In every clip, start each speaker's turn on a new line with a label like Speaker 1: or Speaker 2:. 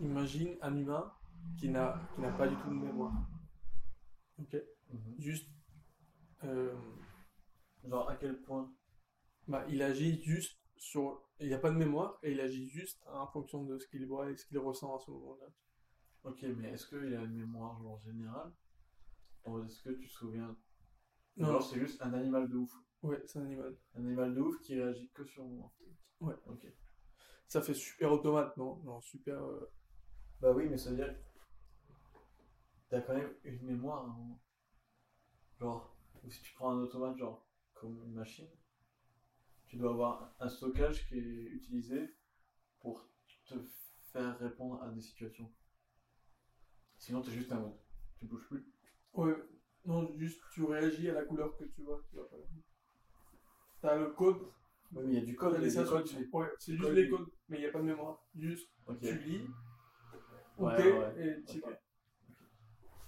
Speaker 1: imagine un humain qui n'a qui n'a pas du tout de mémoire. Ok.
Speaker 2: Mhm.
Speaker 1: Juste, euh,
Speaker 2: Genre, à quel point
Speaker 1: bah, il agit juste sur. Il n'y a pas de mémoire et il agit juste en fonction de ce qu'il voit et ce qu'il ressent à ce moment-là.
Speaker 2: Ok, mais est-ce qu'il a une mémoire genre générale Ou est-ce que tu te souviens
Speaker 1: Non,
Speaker 2: Genre, c'est juste un animal de ouf.
Speaker 1: ouais, c'est un animal.
Speaker 2: Un animal de ouf qui réagit que sur moi.
Speaker 1: Ouais.
Speaker 2: Ok.
Speaker 1: Ça fait super automate, non Non, super. euh,
Speaker 2: Bah oui, mais ça veut dire que t'as quand même une mémoire. hein. Genre, ou si tu prends un automate, genre, comme une machine, tu dois avoir un stockage qui est utilisé pour te faire répondre à des situations. Sinon, t'es juste un mode. Tu bouges plus.
Speaker 1: Ouais, non, juste tu réagis à la couleur que tu vois. Tu vois pas la- T'as le code.
Speaker 2: Oui, mais il y a du code.
Speaker 1: t'as
Speaker 2: il y a
Speaker 1: les
Speaker 2: des
Speaker 1: sensations.
Speaker 2: codes, tu-
Speaker 1: Ouais, c'est juste
Speaker 2: Code.
Speaker 1: les codes, mais il n'y a pas de mémoire. Juste,
Speaker 2: Ok.
Speaker 1: tu lis, ou
Speaker 2: Ouais,
Speaker 1: t'es,
Speaker 2: ouais,
Speaker 1: et tu
Speaker 2: ok.
Speaker 1: vas.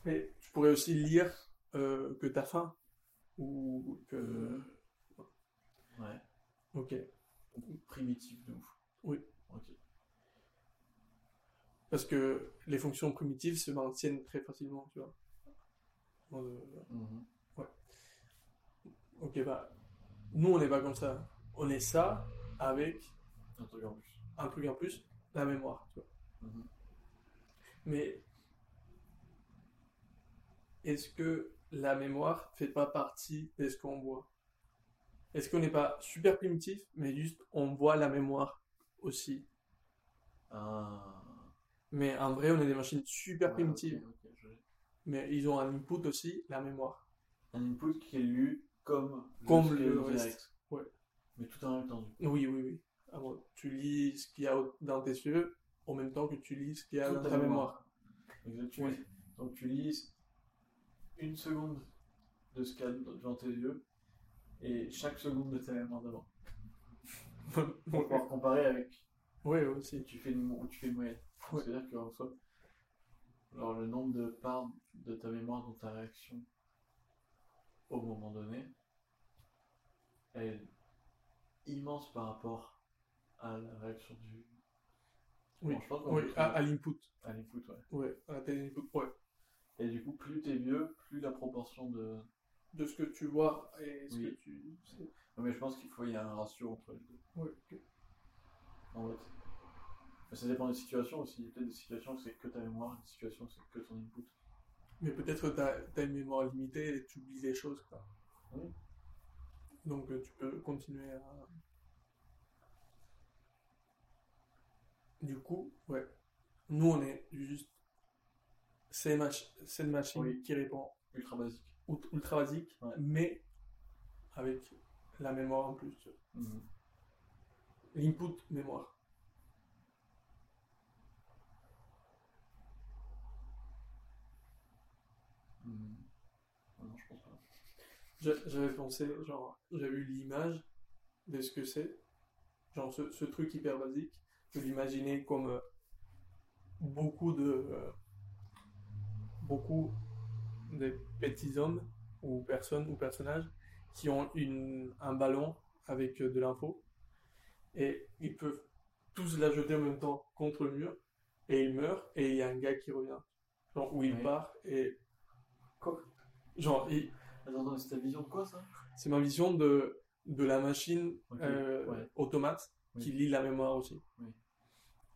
Speaker 1: Mais tu pourrais aussi lire euh, que t'as faim, ou que.
Speaker 2: Ouais.
Speaker 1: Ok.
Speaker 2: Primitif de ouf.
Speaker 1: Oui.
Speaker 2: Ok.
Speaker 1: Parce que les fonctions primitives se maintiennent très facilement, tu vois. Euh,
Speaker 2: Mhm.
Speaker 1: ok, bah, nous, on n'est pas comme ça. On est ça avec
Speaker 2: Un truc en plus.
Speaker 1: un truc en plus, la mémoire, tu vois.
Speaker 2: Mhm.
Speaker 1: Mais est-ce que la mémoire fait pas partie de ce qu'on voit? Est-ce qu'on n'est pas super primitif, mais juste on voit la mémoire aussi?
Speaker 2: Ah.
Speaker 1: Mais en vrai, on est des machines super
Speaker 2: Ouais,
Speaker 1: primitives,
Speaker 2: ok, ok, je-
Speaker 1: mais ils ont un input aussi, la mémoire.
Speaker 2: un input qui est lu comme
Speaker 1: Comme
Speaker 2: scan
Speaker 1: le reste. Ouais.
Speaker 2: Mais tout en même temps.
Speaker 1: Oui, oui, oui. Ah bon, tu lis ce qu'il y a au- dans tes yeux en même temps que tu lis ce qu'il y a
Speaker 2: Tout
Speaker 1: dans
Speaker 2: ta
Speaker 1: ta mémoire.
Speaker 2: Exactement.
Speaker 1: Oui.
Speaker 2: Donc tu lis une seconde de ce qu'il y a devant tes yeux et chaque seconde de ta mémoire d'avant. Pour pouvoir comparer avec
Speaker 1: oui,
Speaker 2: si
Speaker 1: aussi.
Speaker 2: tu fais une, mo- tu fais une moyenne.
Speaker 1: Ouais.
Speaker 2: C'est-à-dire qu'en soi, genre, le nombre de parts de ta mémoire dans ta réaction au moment donné est immense par rapport à la réaction du.
Speaker 1: Oui.
Speaker 2: Bon, je pense qu'on
Speaker 1: Oui,
Speaker 2: peut
Speaker 1: à,
Speaker 2: trouver-
Speaker 1: à l'input.
Speaker 2: À l'écoute, ouais.
Speaker 1: Ouais, à tes inputs. Ouais.
Speaker 2: Et du coup, plus t'es vieux, plus la proportion de.
Speaker 1: De ce que tu vois et ce
Speaker 2: Oui.
Speaker 1: que tu sais.
Speaker 2: Non, mais je pense qu'il faut, il y a un ratio entre les deux.
Speaker 1: Ouais, ok.
Speaker 2: En fait. Mais ça dépend des situations aussi. Il y a peut-être des situations où c'est que ta mémoire, des situations où c'est que ton input.
Speaker 1: Mais peut-être tu as une mémoire limitée et tu oublies des choses. quoi.
Speaker 2: Oui.
Speaker 1: Donc euh, tu peux continuer à. Du coup, ouais. Nous, on est juste. C'est mach... c'est une machine
Speaker 2: Oui.
Speaker 1: qui répond
Speaker 2: Ultra basique.
Speaker 1: ult- ultra basique,
Speaker 2: Ouais.
Speaker 1: mais avec la mémoire en plus. tu vois. L'input mémoire.
Speaker 2: Mhm. Ah Non, je pense pas.
Speaker 1: J'a- J'avais pensé, genre, j'avais eu l'image de ce que c'est. Genre, ce, ce truc hyper basique, je l'imaginais comme euh, beaucoup de. euh, beaucoup de petits hommes ou personnes ou personnages qui ont une, un ballon avec euh, de l'info et ils peuvent tous la jeter en même temps contre le mur et ils meurent et il y a un gars qui revient. Genre, où il
Speaker 2: Ouais.
Speaker 1: part et.
Speaker 2: Quoi
Speaker 1: Genre, il,
Speaker 2: Attends, attends, c'est ta vision de quoi ça
Speaker 1: C'est ma vision de, de la machine
Speaker 2: Ok,
Speaker 1: euh,
Speaker 2: ouais.
Speaker 1: automate qui lit la mémoire aussi.
Speaker 2: Oui.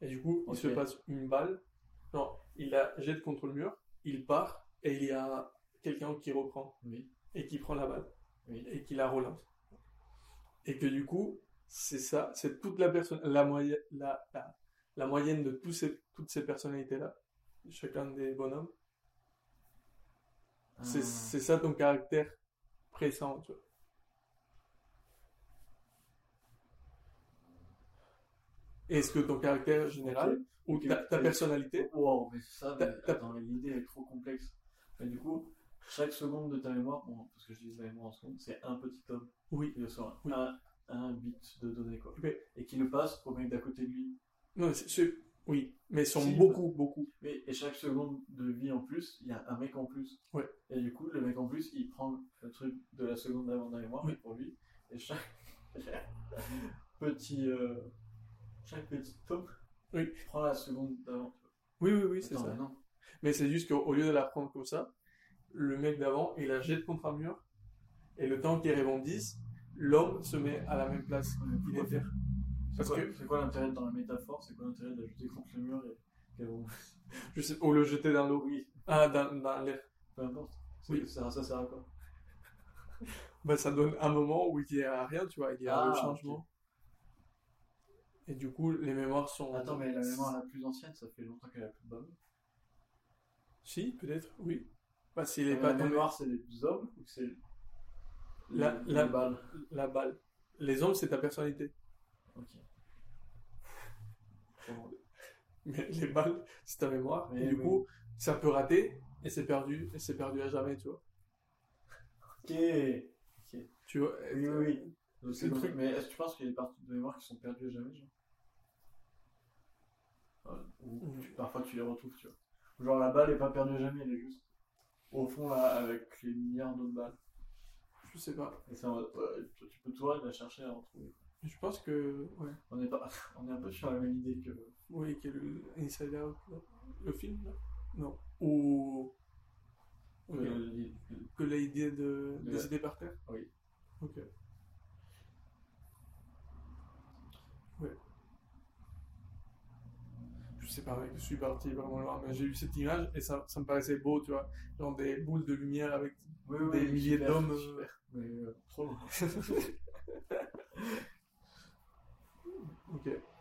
Speaker 1: Et du coup, il
Speaker 2: Ok.
Speaker 1: se passe une balle, non, il la jette contre le mur, il part, et il y a quelqu'un qui reprend,
Speaker 2: Oui.
Speaker 1: et qui prend la balle,
Speaker 2: Oui.
Speaker 1: et qui la relance. Et que du coup, c'est ça, c'est toute la personne, la, moyenne la, la, la moyenne de tous ces, toutes ces personnalités-là, chacun des bonhommes, c'est
Speaker 2: Ah.
Speaker 1: c'est ça ton caractère pressant, tu vois. Est-ce que ton caractère général ou
Speaker 2: Ok,
Speaker 1: ta,
Speaker 2: ok.
Speaker 1: ta personnalité
Speaker 2: Wow, mais ça, mais,
Speaker 1: T'as- t'as-
Speaker 2: attends, mais l'idée est trop complexe. Mais du coup, chaque seconde de ta mémoire, bon, parce que je dis la mémoire en seconde, c'est un petit homme
Speaker 1: Oui.
Speaker 2: qui reçoit
Speaker 1: Oui.
Speaker 2: un, un bit de données, quoi.
Speaker 1: Mais-
Speaker 2: Et qui le passe au mec d'à côté de lui.
Speaker 1: Non, c'est- c'est- oui, mais sont
Speaker 2: Si, bah.
Speaker 1: beaucoup, beaucoup.
Speaker 2: Mais, et chaque seconde de vie en plus, il y a un mec en plus.
Speaker 1: Ouais.
Speaker 2: Et du coup, le mec en plus, il prend le truc de la seconde d'avant de la mémoire
Speaker 1: Oui.
Speaker 2: pour lui. Et chaque, chaque petit. euh, chaque petit homme
Speaker 1: Oui.
Speaker 2: prend la seconde d'avant.
Speaker 1: Oui, oui, oui, c'est
Speaker 2: Attends,
Speaker 1: ça.
Speaker 2: mais non.
Speaker 1: Mais c'est juste qu'au au lieu de la prendre comme ça, le mec d'avant, il la jette contre un mur, et le temps qu'il rebondisse, l'homme se met à la même place qu'il
Speaker 2: Pourquoi
Speaker 1: était.
Speaker 2: C'est
Speaker 1: Parce
Speaker 2: quoi,
Speaker 1: que-
Speaker 2: c'est quoi l'intérêt dans la métaphore C'est quoi l'intérêt de la jeter contre le mur et qu'elle rebondisse
Speaker 1: Je sais, ou le jeter dans l'eau, oui. Ah, dans, dans l'air.
Speaker 2: Peu importe. C'est-
Speaker 1: Oui.
Speaker 2: Ça, ça sert à quoi
Speaker 1: Bah, ça donne un moment où il n'y a rien, tu vois, il y a
Speaker 2: Ah,
Speaker 1: le changement. Et du coup, les mémoires sont.
Speaker 2: Attends, mais la mémoire la plus ancienne, ça fait longtemps qu'elle a plus de ballon.
Speaker 1: Si, peut-être, oui. Bah, s'il
Speaker 2: Euh, Ah, La
Speaker 1: est pas tombé.
Speaker 2: mémoire, c'est les hommes ou c'est
Speaker 1: La-
Speaker 2: les-
Speaker 1: la-
Speaker 2: les balles
Speaker 1: La balle. Les hommes, c'est ta personnalité.
Speaker 2: Ok. Bon,
Speaker 1: Mais les balles, c'est ta mémoire.
Speaker 2: Mais
Speaker 1: et du
Speaker 2: oui.
Speaker 1: coup, ça peut rater, et c'est perdu, et c'est perdu à jamais, tu vois.
Speaker 2: Ok. Oui,
Speaker 1: Tu vois
Speaker 2: oui,
Speaker 1: euh,
Speaker 2: oui. Donc,
Speaker 1: c'est
Speaker 2: c'est le
Speaker 1: bon.
Speaker 2: truc, mais est-ce que tu penses qu'il y a des parties de mémoire qui sont perdues à jamais genre Voilà. Ou
Speaker 1: Mhm.
Speaker 2: tu- Parfois, tu les retrouves, tu vois. Ou Genre, la balle est pas perdue à jamais, elle est juste au fond, là, avec les milliards d'autres balles.
Speaker 1: Je sais pas.
Speaker 2: Et c'est en mode, ouais, tu, tu peux toujours aller la chercher et la retrouver.
Speaker 1: Je pense que. Ouais.
Speaker 2: On est, pas, on est un peu sur la même idée que.
Speaker 1: Oui, que le Inside Out, là. le film, là Non. Ou.
Speaker 2: que
Speaker 1: Ok.
Speaker 2: les- les-
Speaker 1: Que l'idée de...
Speaker 2: De-
Speaker 1: des idées par terre
Speaker 2: Oui.
Speaker 1: Ok. Ouais. Je sais pas, mec, je suis parti vraiment loin, mais j'ai eu cette image et ça, ça me paraissait beau, tu vois. Genre des boules de lumière avec
Speaker 2: Oui,
Speaker 1: des
Speaker 2: oui,
Speaker 1: milliers
Speaker 2: super,
Speaker 1: d'hommes. euh.
Speaker 2: super. Mais euh, trop loin.
Speaker 1: Ok.